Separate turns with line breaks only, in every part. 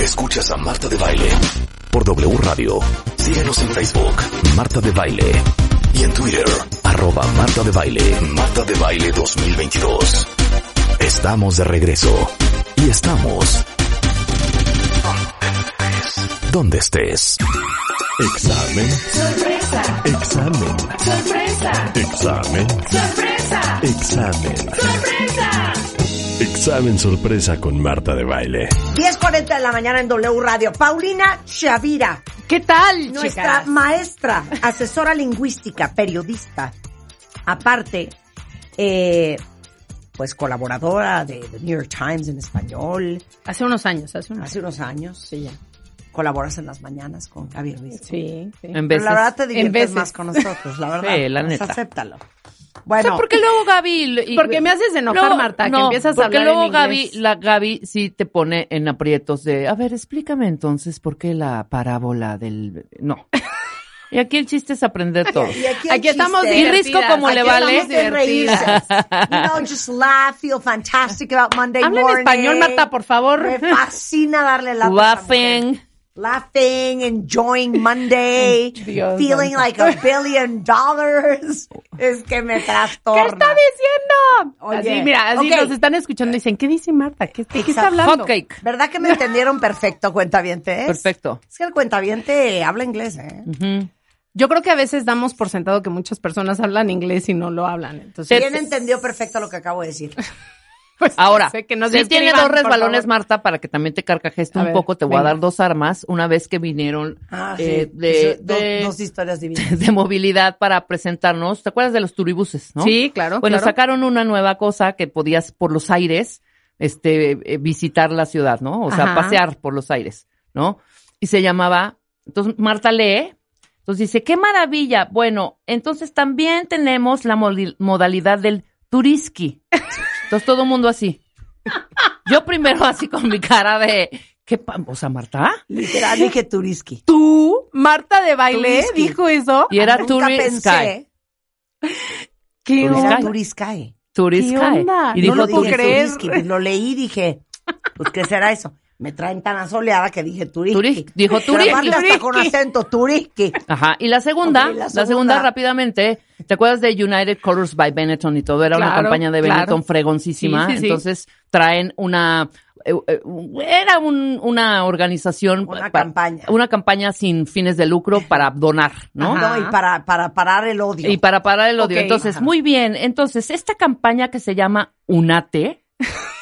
Escuchas a Marta de Baile por W Radio. Síguenos en Facebook, Marta de Baile. Y en Twitter, arroba Marta de Baile, Marta de Baile 2022. Estamos de regreso. Y estamos... Donde estés.
Examen,
Sorpresa,
examen,
sorpresa,
examen,
sorpresa,
examen.
sorpresa.
Examen sorpresa con Marta de Baile.
10.40 de la mañana en W Radio. Paulina Shavira,
¿Qué tal,
nuestra
chicas?
maestra, asesora lingüística, periodista, aparte, eh, pues colaboradora de The New York Times en español,
Hace unos años, hace unos
hace unos años,
Sí, ya.
colaboras en las mañanas con Gaby Ruiz.
Sí, sí.
Pero
En veces.
la verdad te
En
diviertes
veces.
más con nosotros, la verdad.
Sí, la
Pues
neta.
acéptalo.
O sea,
Bueno,
porque luego Gaby... y-
Porque me haces enojar,
Luego-
Marta, que
no,
empiezas a
porque
hablar
luego
en
Gaby,
inglés.
la Gaby sí te pone en aprietos de, a ver, explícame entonces por qué la parábola del... No. Y aquí el chiste es aprender todo.
y aquí, el
Aquí estamos
chiste-
Y Risco
Divertidas,
como
aquí
le
Aquí
vale.
hablamos de reírse. You know, just laugh, feel fantastic about Monday
Habla en
morning.
español, Marta, por favor.
Me fascina darle la
Laughing.
laughing, enjoying Monday,
Dios
feeling like a billion dollars. Es que me
¿Qué
trastorna.
está diciendo?
Oye,
así, mira, así
ok.
nos están escuchando y dicen, ¿qué dice Marta? ¿Qué, ¿De qué está
Exacto.
hablando?
Hotcake.
¿Verdad que me entendieron perfecto, cuentavientes?
Perfecto.
Es que el cuentaviente habla inglés, ¿eh?
Ujú.
Yo creo que a veces damos por sentado que muchas personas hablan inglés y no lo hablan. Entonces,
Bien entendió perfecto lo que acabo de decir.
pues,
Ahora,
sé que nos
sí tiene
escriban,
dos
por
resbalones,
favor.
Marta, para que también te carcajes tú
A
un
ver,
poco. Te voy
venga.
a dar dos armas una vez que vinieron
Ah, sí.
eh, de,
Dos-
de-
dos historias divinas.
de movilidad para presentarnos. ¿Te acuerdas de los turibuses, no?
Sí, claro.
Bueno,
claro.
sacaron una nueva cosa que podías por los aires, este, eh, visitar la ciudad, ¿no? O sea,
Ajá.
pasear por los aires, ¿no? Y se llamaba, entonces Marta lee, entonces dice, qué maravilla. Bueno, entonces también tenemos la modi- modalidad del turiski. Entonces todo el mundo así. Yo primero así con mi cara de, ¿qué pa- o sea, Marta?
Literal dije Turiski.
Tú, Marta de baile,
Turisky.
dijo eso.
Y era
Ah, Nunca
turiski.
pensé que
¿Qué
Turisky.
era
onda?
Turiscae.
¿Qué onda?
Y
No
dijo,
lo puedo
dije
creer.
Turiski, pues lo leí y dije, pues ¿qué será eso? Me traen tan asoleada que dije Turiski.
Turis- dijo
Pero
Turiski.
aparte hasta con acento, Turiski.
Ajá, y la segunda,
Ok, la
la segunda,
segunda.
rápidamente, ¿te acuerdas de United Colors by Benetton y todo? Era una
Claro,
campaña de
claro.
Benetton fregoncísima,
Sí, sí, sí.
entonces traen una, eh, eh, era un- una organización.
Una
pa-
campaña.
Una campaña sin fines de lucro para donar, ¿no?
Ajá.
No, y para, para parar el odio.
Y para parar el odio.
Ok,
entonces,
ajá.
muy bien, entonces, esta campaña que se llama Unate,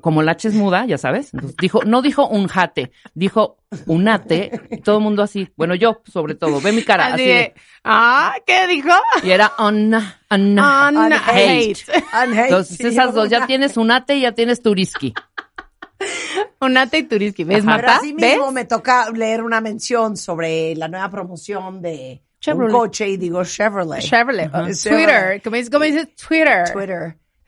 como la H es muda, ya sabes, entonces, dijo, no dijo un jate, dijo Unate, y todo el mundo así, bueno, yo sobre todo, ve mi cara,
Así
así,
de,
de-
ah, ¿qué dijo?
Y era Anna, Anna.
Anna
hate.
hate.
And hate.
Entonces,
Sí,
esas dos, ya
una-
tienes Unate y ya tienes Turiski.
Onate y Turiski. ¿Ves,
Ajá.
Pero
Marta?
así
¿Ves?
mismo me toca leer una mención sobre la nueva promoción de
Chevrolet.
un coche y digo Chevrolet.
Chevrolet.
Ajá.
uh, Twitter. ¿Cómo dices? ¿Cómo dices? Twitter.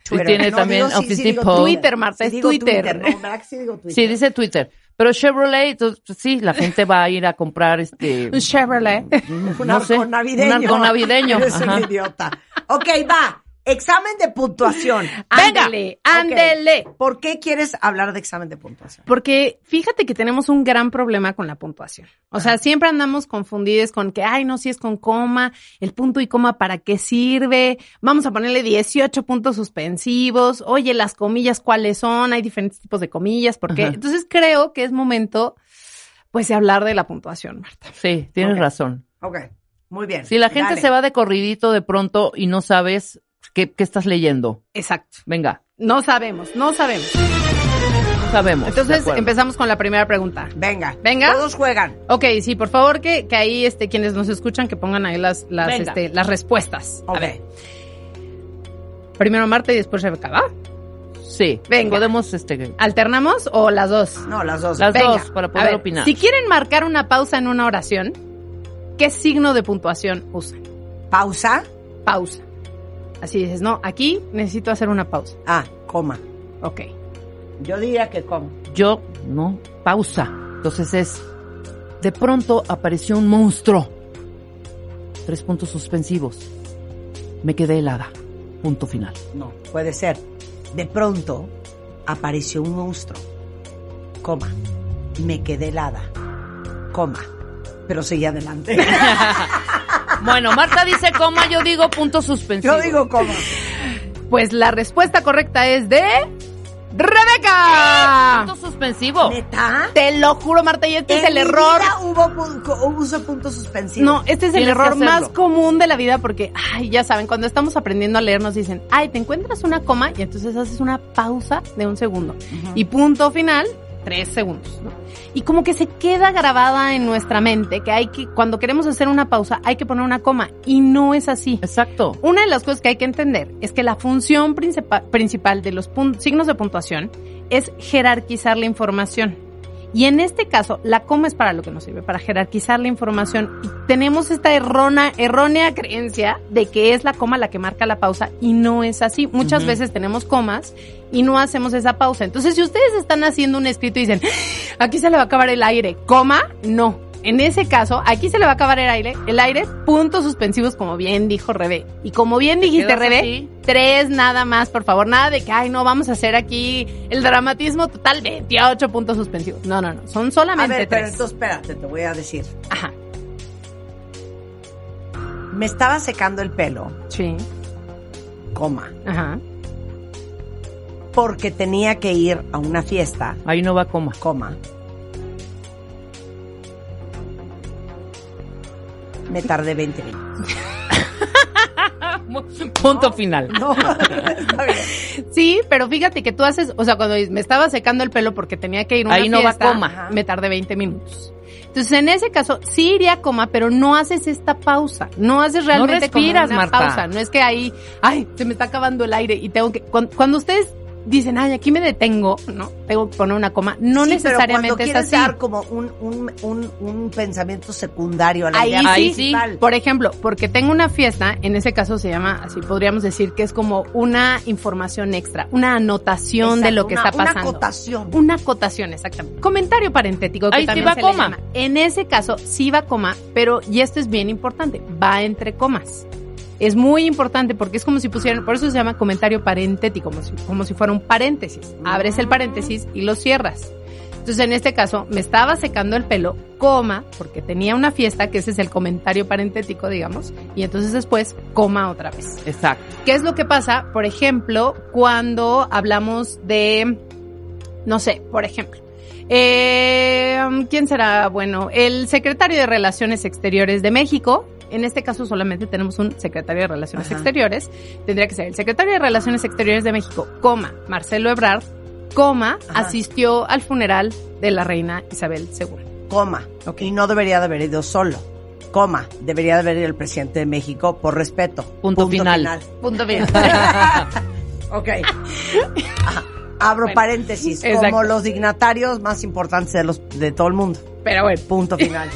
Twitter.
tiene también
digo-
Office
digo
Depot.
Twitter, Marta, es
digo
Twitter.
No, ¿verdad que sí digo Twitter?
Sí, dice Twitter. Pero Chevrolet, entonces, pues, sí, la gente va a ir a comprar este.
Un Chevrolet.
Un
Mm, no sé,
arco navideño.
Un arco navideño.
Eres
Ajá.
un idiota. Ok, va. Examen de puntuación.
Ándele, ándele.
¿Por qué quieres hablar de examen de puntuación?
Porque fíjate que tenemos un gran problema con la puntuación. O sea, siempre andamos confundidos con que, ay, no, si es con coma, el punto y coma, ¿para qué sirve? Vamos a ponerle 18 puntos suspensivos. Oye, las comillas, ¿cuáles son? Hay diferentes tipos de comillas, ¿por qué?
Ajá.
Entonces creo que es momento, pues, de hablar de la puntuación, Marta.
Sí, tienes
Ok.
razón.
Ok, muy bien.
Si la gente se va de corridito de pronto y no sabes qué, qué estás leyendo,
Exacto.
venga,
No sabemos, no sabemos.
sabemos. de
Entonces
acuerdo.
empezamos con la primera pregunta.
Venga.
Venga.
Todos juegan.
Ok, sí, por favor, que, que ahí este, quienes nos escuchan, que pongan ahí las, las,
Venga.
este, las respuestas.
Ok.
A ver, primero Marta y después Rebeca, ¿va?
Sí.
Venga.
Podemos, este.
¿Alternamos o las dos?
No, las dos.
Las
Venga.
dos, para poder
A ver,
opinar.
Si quieren marcar una pausa en una oración, ¿qué signo de puntuación usan?
Pausa.
Pausa. Así dices, no, aquí necesito hacer una pausa.
Ah, coma.
Ok.
Yo diría que coma.
Yo, no, pausa. Entonces es, de pronto apareció un monstruo. Tres puntos suspensivos. Me quedé helada. Punto final.
No, puede ser. De pronto apareció un monstruo. Coma. Me quedé helada. Coma. Pero seguí adelante.
Bueno, Marta dice coma, yo digo punto suspensivo.
Yo digo coma.
Pues la respuesta correcta es de. ¡Rebeca!
punto suspensivo.
¿Neta?
Te lo juro, Marta, y este es
En
el
mi
error.
vida hubo pu- co- uso punto suspensivo.
No, este es el
Tienes que
error
hacerlo.
más común de la vida porque, ay, ya saben, cuando estamos aprendiendo a leer nos dicen, ay, te encuentras una coma y entonces haces una pausa de un segundo y punto final, tres segundos. ¿no? Y como que se queda grabada en nuestra mente que hay que, cuando queremos hacer una pausa, hay que poner una coma y no es así.
Exacto.
Una de las cosas que hay que entender es que la función principa- principal de los pun- signos de puntuación es jerarquizar la información. Y en este caso, la coma es para lo que nos sirve, para jerarquizar la información. Y tenemos esta errona- errónea creencia de que es la coma la que marca la pausa y no es así. Muchas
Ujú.
veces tenemos comas y no hacemos esa pausa. Entonces, si ustedes están haciendo un escrito y dicen, "Ah, aquí se le va a acabar el aire, coma, no. En ese caso, aquí se le va a acabar el aire, el aire, puntos suspensivos, como bien dijo Rebe. Y como bien dijiste,
quedas
Rebe,
así?
tres nada más, por favor. Nada de que, ay, no, vamos a hacer aquí el dramatismo total, 28 puntos suspensivos. No, no, no. Son
A
solamente
ver, pero
tres.
entonces espérate, te voy a decir.
Ajá.
Me estaba secando el pelo,
Sí.
coma,
Ajá.
porque tenía que ir a una fiesta,
Ahí no va coma.
coma. Me tardé 20 minutos.
Punto final.
No, está bien.
Sí, pero fíjate que tú haces, o sea, cuando me estaba secando el pelo porque tenía que ir a una
Ahí no va
fiesta,
coma.
ajá, me tardé 20 minutos. Entonces, en ese caso, sí iría a coma, pero no haces esta pausa. No haces realmente
respiras,
como una
Marta.
pausa. No es que ahí, ay, se me está acabando el aire y tengo que... cuan- Cuando, ustedes dicen, ay, aquí me detengo, ¿no? Tengo que poner una coma. No
Sí,
necesariamente
pero cuando
es
quieres
así.
dar como un, un, un, un pensamiento secundario a la
Ahí
idea
sí,
principal.
Por ejemplo, porque tengo una fiesta, en ese caso se llama, así podríamos decir que es como una información extra, una anotación de
Exacto,
lo que
una-
está pasando.
Una acotación.
Una acotación, exactamente. Comentario parentético que
Ahí sí
también
va
se
coma.
le llama. En ese caso, sí va coma, pero, y esto es bien importante, va entre comas. Es muy importante porque es como si pusieran, por eso se llama comentario parentético, como si, como si fuera un paréntesis. Abres el paréntesis y lo cierras. Entonces, en este caso, me estaba secando el pelo, coma, porque tenía una fiesta, que ese es el comentario parentético, digamos, y entonces después, coma otra vez.
Exacto.
¿Qué es lo que pasa, por ejemplo, cuando hablamos de, no sé, por ejemplo, eh, ¿quién será? Bueno, el secretario de Relaciones Exteriores de México. En este caso solamente tenemos un secretario de Relaciones
Ajá.
Exteriores. Tendría que ser el secretario de Relaciones Exteriores de México, coma, Marcelo Ebrard, coma,
Ajá.
asistió al funeral de la reina Isabel II.
coma. Y no debería de haber ido solo. Coma. Debería de haber ido el presidente de México por respeto.
Punto final.
Punto bien.
Ok. Ah, Abro
Bueno,
paréntesis.
exacto.
Como los dignatarios más importantes de, los, de todo el mundo.
Pero bueno,
Punto final.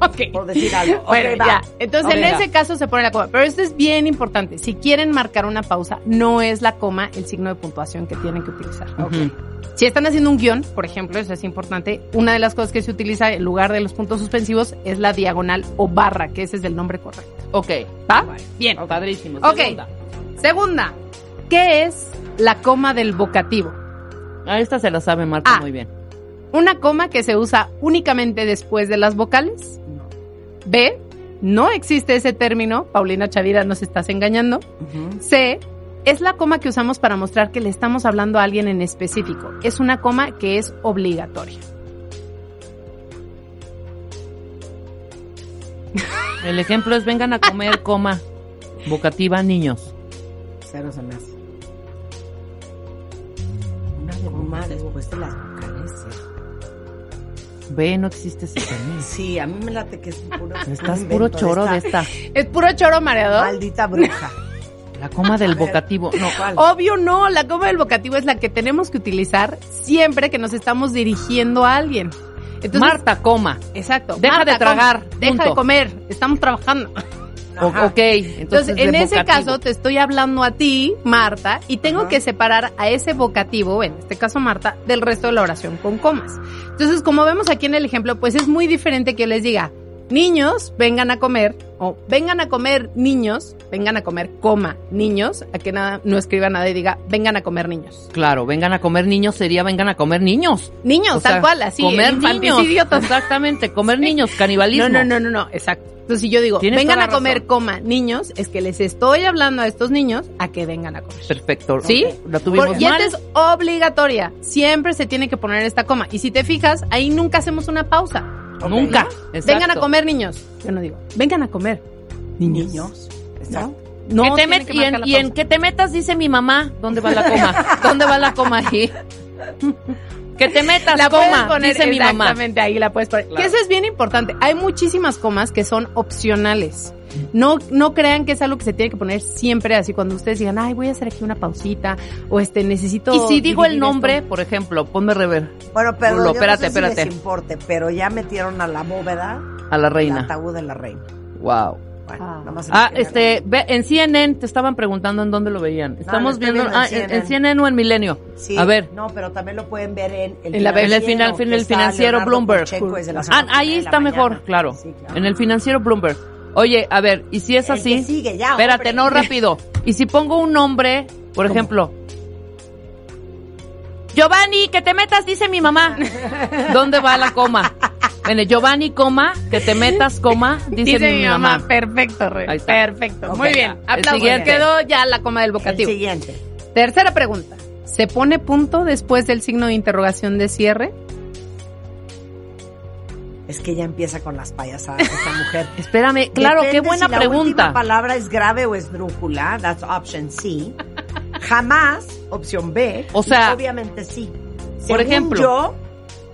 ok.
por decir algo.
Bueno,
Ok, va.
ya. Entonces,
Ok,
en
va.
ese caso se pone la coma. Pero esto es bien importante. Si quieren marcar una pausa, no es la coma el signo de puntuación que tienen que utilizar.
Ujú.
Si están haciendo un guión, por ejemplo, eso es importante, una de las cosas que se utiliza en lugar de los puntos suspensivos es la diagonal o barra, que ese es el nombre correcto.
Ok.
¿Va? Bien.
Padrísimo.
Ok.
Segunda.
Segunda, ¿qué es la coma del vocativo?
A esta se la sabe Marta
Ah.
muy bien.
Una coma que se usa únicamente después de las vocales.
No.
B, no existe ese término. Paulina Chavira, nos estás engañando.
Ujú.
C. Es la coma que usamos para mostrar que le estamos hablando a alguien en específico. Es una coma que es obligatoria.
El ejemplo es vengan a comer, coma. Vocativa, niños.
Cero se me hace. Una coma después de las vocales.
Ve, no existe ese término.
Sí, a mí me late que es puro.
Estás
un
puro
invento
choro de
esta
esta.
Es puro choro mareador.
Maldita bruja.
La coma del vocativo. No.
Obvio no, la coma del vocativo es la que tenemos que utilizar siempre que nos estamos dirigiendo a alguien. Entonces,
Marta, coma.
Exacto.
Deja
Marta,
de tragar,
coma, deja
punto.
de comer. Estamos trabajando.
O-
Ajá.
ok. Entonces,
Entonces, en
de
ese
vocativo.
caso te estoy hablando a ti, Marta, y tengo
Ajá.
que separar a ese vocativo, en este caso Marta, del resto de la oración con comas. Entonces, como vemos aquí en el ejemplo, pues es muy diferente que yo les diga, niños, vengan a comer, o vengan a comer niños, vengan a comer coma niños, a que nada, no escriba nada y diga, vengan a comer niños.
Claro, vengan a comer niños sería vengan a comer niños.
Niños,
O
tal
sea,
cual, así.
Comer
infanticidio
niños.
total.
Exactamente, comer niños,
No,
canibalismo.
no, no, no, no, exacto. Entonces, si yo digo,
Tienes
vengan
toda
a
la
comer
razón.
coma niños, es que les estoy hablando a estos niños a que vengan a comer.
Perfecto.
¿Sí?
ok, La tuvimos
Por- y
mal.
esta es obligatoria. Siempre se tiene que poner esta coma. Y si te fijas, ahí nunca hacemos una pausa.
Nunca. Exacto.
Vengan a comer, niños. Yo no digo, vengan a comer. Niños.
Exacto.
No,
Que te
tiene
met-
que
y, en,
marcar la
y en
pausa.
que te metas, dice mi mamá, ¿dónde va la coma? ¿Dónde va la coma ahí? que te metas,
la puedes
coma,
poner
dice mi mamá.
exactamente ahí la puedes poner.
Claro.
Que eso es bien importante. Hay muchísimas comas que son opcionales. No, no crean que es algo que se tiene que poner siempre así cuando ustedes digan, ay, voy a hacer aquí una pausita o este necesito.
Y si digo el
dividir esto.
nombre, por ejemplo, ponme rever
Bueno, pero
Rulo,
yo no
espérate,
sé si les
espérate.
importe, pero ya metieron a la bóveda
a la
el
reina.
ataúd de la reina.
Wow.
Bueno,
Ah.
nada más
Ah,
les quería
este, ve- en CNN te estaban preguntando en dónde lo veían.
lo
Estamos
estoy
viendo,
viendo en
ah, en, en
CNN.
CNN o en Milenio.
Sí,
a ver.
No, pero también lo pueden ver en el
En la-
En el final, en el
que está
financiero
Leonardo
Bloomberg.
Pacheco desde las
Ah,
ocho y media
ahí
de la
está
mañana.
mejor, claro.
Sí, claro.
En el financiero Bloomberg. Oye, a ver, y si es
El que
así,
sigue
Ah,
ya,
espérate,
hombre.
no rápido. Y si pongo un nombre, por ejemplo, Giovanni, que te metas, dice mi mamá. ¿Dónde va la coma? En el Giovanni, coma, que te metas, coma, dice,
Dice mi mamá. Perfecto, Rey.
Ahí está.
Perfecto.
Ok.
Muy bien.
El
Aplausos.
siguiente.
Quedó ya la coma del
El
vocativo.
siguiente.
Tercera pregunta. ¿Se pone punto después del signo de interrogación de cierre?
Es que ya empieza con las payasadas esta mujer.
Espérame, claro, qué
Depende
buena
si La
pregunta.
última palabra es grave o es drújula. That's option C. Jamás, opción B.
O
y
sea,
obviamente sí.
por
Según
ejemplo.
Yo,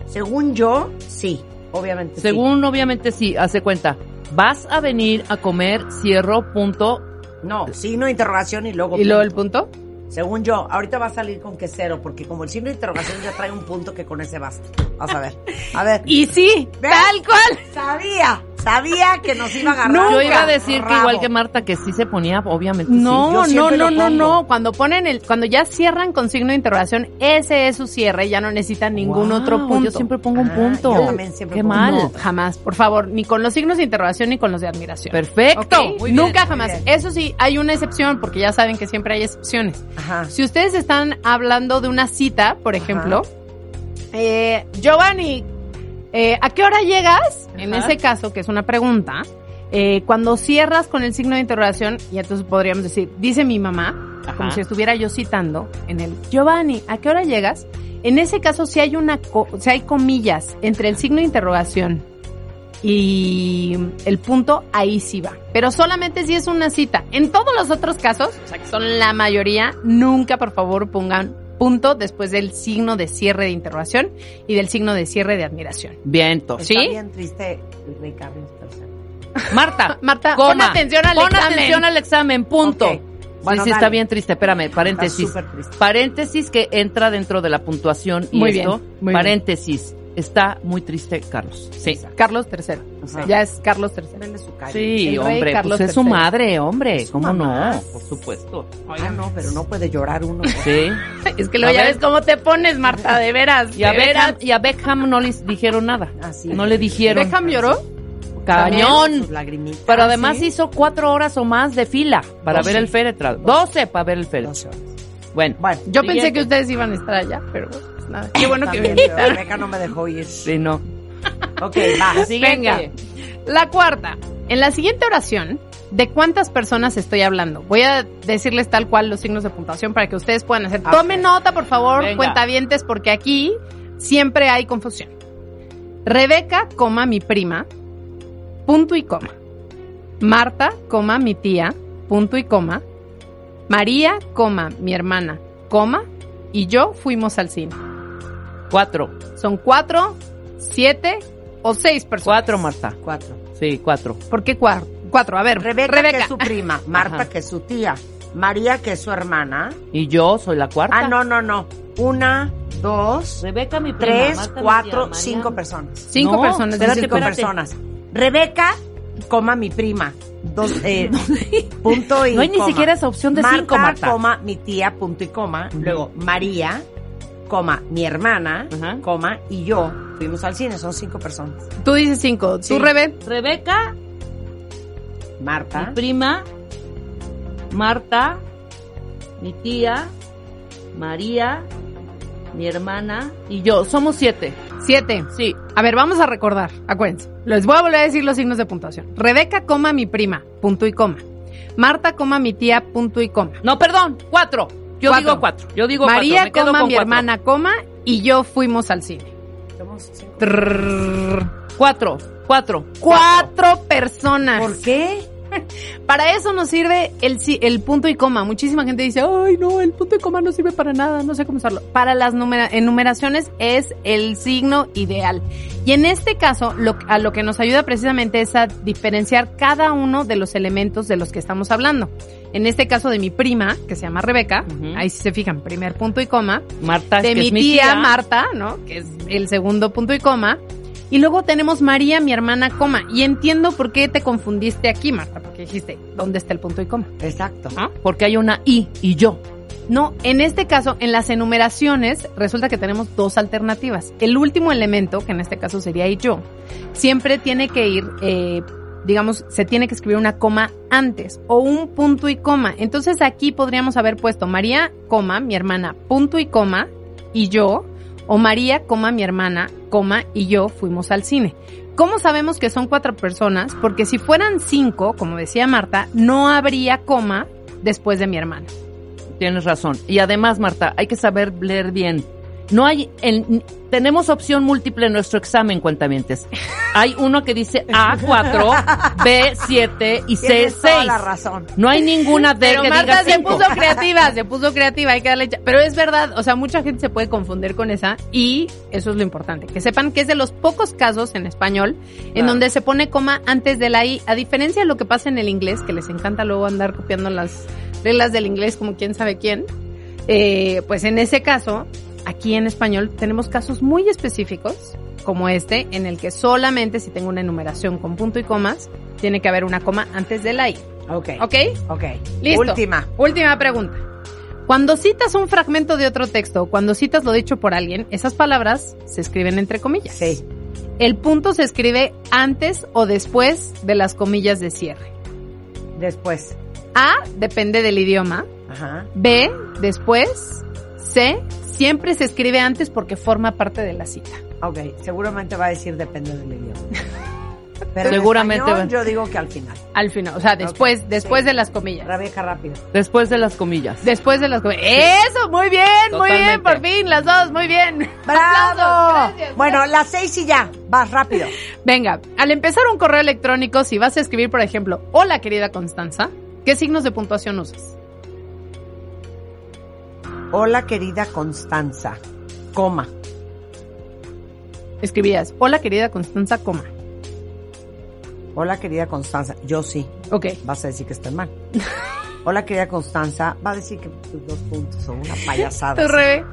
según yo, sí. Obviamente sí.
Según, obviamente, sí, hace cuenta. Vas a venir a comer, cierro, punto.
No, signo de interrogación y luego.
¿Y luego el
punto.
punto?
Según yo, ahorita va a salir con que cero, porque como el signo de interrogación ya trae un punto que con ese basta. Vas a ver. A ver.
Y sí,
Vean.
tal cual.
Sabía, sabía que nos iba a agarrar.
Yo
por
iba a
el
decir que
rabo.
igual que Marta, que sí se ponía, obviamente sí.
No,
sí, yo
no,
siempre
no,
lo
no, no.
pongo.
Cuando ponen el, cuando ya cierran con signo de interrogación, ese es su cierre, ya no necesitan ningún
Wow,
otro punto.
Yo siempre pongo un
Ah,
punto.
yo también siempre
Qué
pongo
mal.
No, jamás, por favor, ni con los signos de interrogación ni con los de admiración.
Perfecto.
Ok, Nunca jamás. Eso sí, hay una excepción, porque ya saben que siempre hay excepciones.
Ajá.
Si ustedes están hablando de una cita, por ejemplo, eh, Giovanni, eh, ¿a qué hora llegas? En
Ajá.
ese caso, que es una pregunta, eh, cuando cierras con el signo de interrogación, y entonces podríamos decir, dice mi mamá,
Ajá.
como si estuviera yo citando en el Giovanni, ¿a qué hora llegas? En ese caso, si hay una, co- si hay comillas entre el signo de interrogación y el punto, ahí sí va. Pero solamente si es una cita. En todos los otros casos, o sea que son la mayoría, nunca por favor pongan punto después del signo de cierre de interrogación y del signo de cierre de admiración.
Vientos.
Está
¿Sí?
bien triste el Rey Carlos III.
Marta,
Marta,
coma.
pon atención al
Pon
examen.
atención al examen, punto.
Ok. Bueno,
sí, sí,
dale.
está bien triste. Espérame,
Está
paréntesis.
súper triste.
Paréntesis que entra dentro de la puntuación y
Muy
esto.
bien, muy bien.
paréntesis. Está muy triste, Carlos. Sí.
Carlos III.
Ajá.
Ya es Carlos III.
Denle su calle.
Sí,
El rey
hombre,
Carlos
pues es su
III.
madre, hombre, ¿cómo no?
mamá.
Por supuesto.
Ah, no, pero no puede llorar uno.
Sí.
Es que luego
A
ya
ver.
ves cómo te pones, Marta, de veras.
Y a
de veras.
Beckham, y a Beckham no les dijeron nada.
Así.
No le dijeron.
Beckham lloró.
Sus
Cañón.
lagrimitas.
Pero
Ah,
además
¿sí?
hizo cuatro horas o más de fila para
Doce.
ver el féretro. Doce para ver el féretro.
Doce horas.
Bueno,
Bueno,
Yo pensé
Siguiente.
que ustedes iban a estar allá, pero pues, nada. Qué bueno que
también,
viniste.
pero Rebeca no me dejó ir.
sí, no.
Ok, va.
Venga. La cuarta. En la siguiente oración, ¿de cuántas personas estoy hablando? Voy a decirles tal cual los signos de puntuación para que ustedes puedan hacer.
Ok.
Tomen nota, por favor,
Ah, Venga.
cuentavientes, porque aquí siempre hay confusión. Rebeca, coma, mi prima, punto y coma. Marta, coma, mi tía, punto y coma. María, coma, mi hermana, coma. Y yo fuimos al cine.
Cuatro.
Son cuatro, siete o seis personas.
Cuatro, Marta.
Cuatro.
Sí, cuatro.
¿Por qué cuatro? Cuatro, a ver.
Rebeca,
Rebeca.
que es su prima. Marta,
Ajá.
que es su tía. María, que es su hermana.
Y yo soy la cuarta.
Ah, no, no, no. Una, dos,
Rebeca, mi prima.
tres,
Marta, mi tía,
cuatro,
Mariana.
cinco personas.
Cinco
No,
personas.
espérate,
cinco
cinco
espérate.
personas. Rebeca, coma mi prima. Dos, eh, punto y
No hay ni
coma.
siquiera esa opción de
Marta,
cinco, Marta.
coma mi tía, punto y coma. Luego María, coma mi hermana,
Ajá.
coma y yo. Fuimos al cine, son cinco personas.
per- Tú dices cinco.
Sí.
Tú, Rebe.
Rebeca,
Marta,
mi prima. Marta, mi tía. María, mi hermana.
Y yo, somos siete.
Siete.
Sí.
A ver, vamos a recordar. Acuérdense. Les voy a volver a decir los signos de puntuación. Rebeca, coma, mi prima. Punto y coma. Marta, coma, mi tía. Punto y coma.
No, perdón, cuatro. Yo
Cuatro.
digo cuatro. Yo digo
María,
cuatro. Me quedo
coma,
con
mi
cuatro.
hermana, coma. Y yo fuimos al cine. Trrr.
Cuatro, cuatro.
Cuatro personas.
¿por qué?
Para eso nos sirve el, si- el punto y coma. Muchísima gente dice, ay, no, el punto y coma no sirve para nada, no sé cómo usarlo. Para las numera- enumeraciones es el signo ideal. Y en este caso, lo, a lo que nos ayuda precisamente es a diferenciar cada uno de los elementos de los que estamos hablando. En este caso de mi prima, que se llama Rebeca,
Ujú.
ahí sí se fijan, primer punto y coma.
Marta,
De
que
mi
es mi
tía, Marta, ¿no? Que es el segundo punto y coma. Y luego tenemos María, mi hermana, coma. Y entiendo por qué te confundiste aquí, Marta, porque dijiste, ¿dónde está el punto y coma?
Exacto.
Porque hay una I y yo.
No, en este caso, en las enumeraciones, resulta que tenemos dos alternativas. El último elemento, que en este caso sería y yo, siempre tiene que ir, eh, digamos, se tiene que escribir una coma antes o un punto y coma. Entonces aquí podríamos haber puesto María, coma, mi hermana, punto y coma, y yo, o María, coma, mi hermana, coma, y yo fuimos al cine. ¿Cómo sabemos que son cuatro personas? Porque si fueran cinco, como decía Marta, no habría coma después de mi hermana.
Tienes razón. Y además, Marta, hay que saber leer bien. No hay. el- tenemos opción múltiple en nuestro examen, cuentamientos. Hay uno que dice A4, B7 y
Tienes toda la
C6.
razón.
No hay ninguna D
Pero
que
Marta
diga
se
cinco.
puso creativa, se puso creativa, hay que darle... cha- Pero es verdad, o sea, mucha gente se puede confundir con esa y eso es lo importante, que sepan que es de los pocos casos en español en
Claro.
donde se pone coma antes de la i, a diferencia de lo que pasa en el inglés, que les encanta luego andar copiando las reglas del inglés como quién sabe quién, eh, pues en ese caso, aquí en español tenemos casos muy específicos como este, en el que solamente si tengo una enumeración con punto y comas, tiene que haber una coma antes de la i,
Ok,
¿ok?
ok.
Listo.
Última.
Última pregunta. Cuando citas un fragmento de otro texto, cuando citas lo dicho por alguien, esas palabras se escriben entre comillas.
Sí.
El punto se escribe antes o después de las comillas de cierre.
Después.
A depende del idioma.
Ajá.
B después. C siempre se escribe antes porque forma parte de la cita.
Ok, seguramente va a decir depende del idioma. Pero en
Seguramente
español
va.
yo digo que al final.
Al final, o sea, después,
Ok,
después
sí.
de las comillas.
Rebeca rápido.
Después de las comillas.
Después de las comillas. Eso, muy bien, muy bien,
Totalmente.
por fin, las dos, muy bien. Aplausos,
¡Bravo!
gracias,
bueno, las seis y ya. Vas rápido.
Venga, al empezar un correo electrónico, si vas a escribir, por ejemplo, hola querida Constanza, ¿qué signos de puntuación usas?
Hola, querida Constanza. Coma.
Escribías, hola querida Constanza, coma.
Hola, querida Constanza. Yo sí.
Ok.
Vas a decir que estoy mal. Hola, querida Constanza. Va a decir que tus dos puntos son una payasada.
Tu
Ah, sí.
Rebe,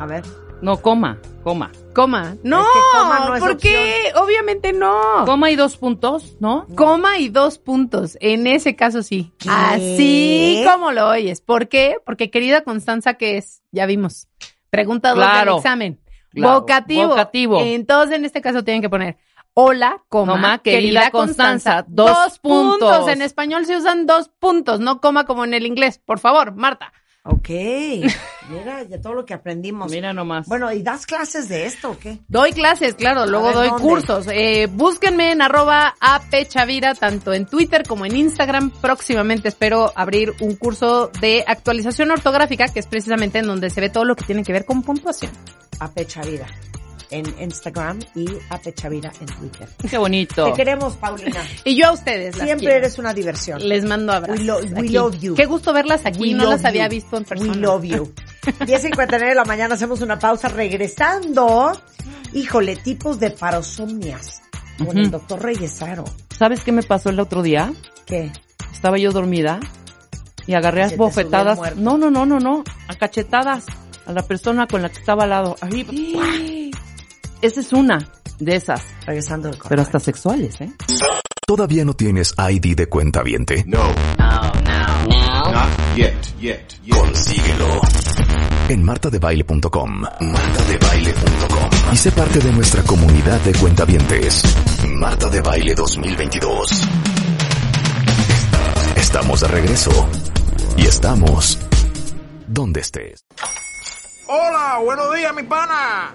A ver.
No, coma, coma.
coma. No,
Es que coma no es
¿por qué? Obviamente no.
Coma y dos puntos, ¿no?
Coma y dos puntos. En ese caso sí.
¿Qué?
Así como lo oyes. ¿Por qué? Porque querida Constanza, ¿qué es? Ya vimos. Pregunta dos
Claro.
del examen.
Claro.
Vocativo.
Vocativo.
Entonces, en este caso tienen que poner hola, coma,
Coma,
querida,
querida
Constanza.
Constanza, dos
puntos.
puntos.
En español se usan dos puntos, no coma como en el inglés. Por favor, Marta.
Ok. Mira, ya todo lo que aprendimos.
Mira nomás.
Bueno, ¿y das clases de esto o qué?
Doy clases, claro, luego
ver,
doy
¿dónde?
cursos. Eh, búsquenme en arroba apchavira, tanto en Twitter como en Instagram. Próximamente espero abrir un curso de actualización ortográfica, que es precisamente en donde se ve todo lo que tiene que ver con puntuación.
Apechavira en Instagram y Apechavira en Twitter.
Qué bonito.
Te queremos, Paulina.
Y yo a ustedes, las
Siempre
quiero.
eres una diversión.
Les mando abrazos.
We lo- we
aquí.
love you.
Qué gusto verlas aquí,
We
no
love
las había
you.
visto en persona.
We love you. 10.59 de la mañana hacemos una pausa regresando. Híjole, tipos de parosomnias. Con el
Ujú.
doctor Reyesaro.
¿Sabes qué me pasó el otro día?
¿Qué?
Estaba yo dormida y agarré a
Se te
bofetadas.
subió el
No, no, no, no, no. A cachetadas a la persona con la que estaba al lado. Ahí, ¡guau! Esa es una de esas,
Regresando del corte.
pero hasta sexuales, ¿eh?
¿Todavía no tienes ID de cuenta viente? No. Consíguelo. En martadebaile.com. Martadebaile.com. Y sé parte de nuestra comunidad de cuentavientes. Marta de Baile 2022. Estamos de regreso. Y estamos donde estés.
Hola, buenos días, mi pana.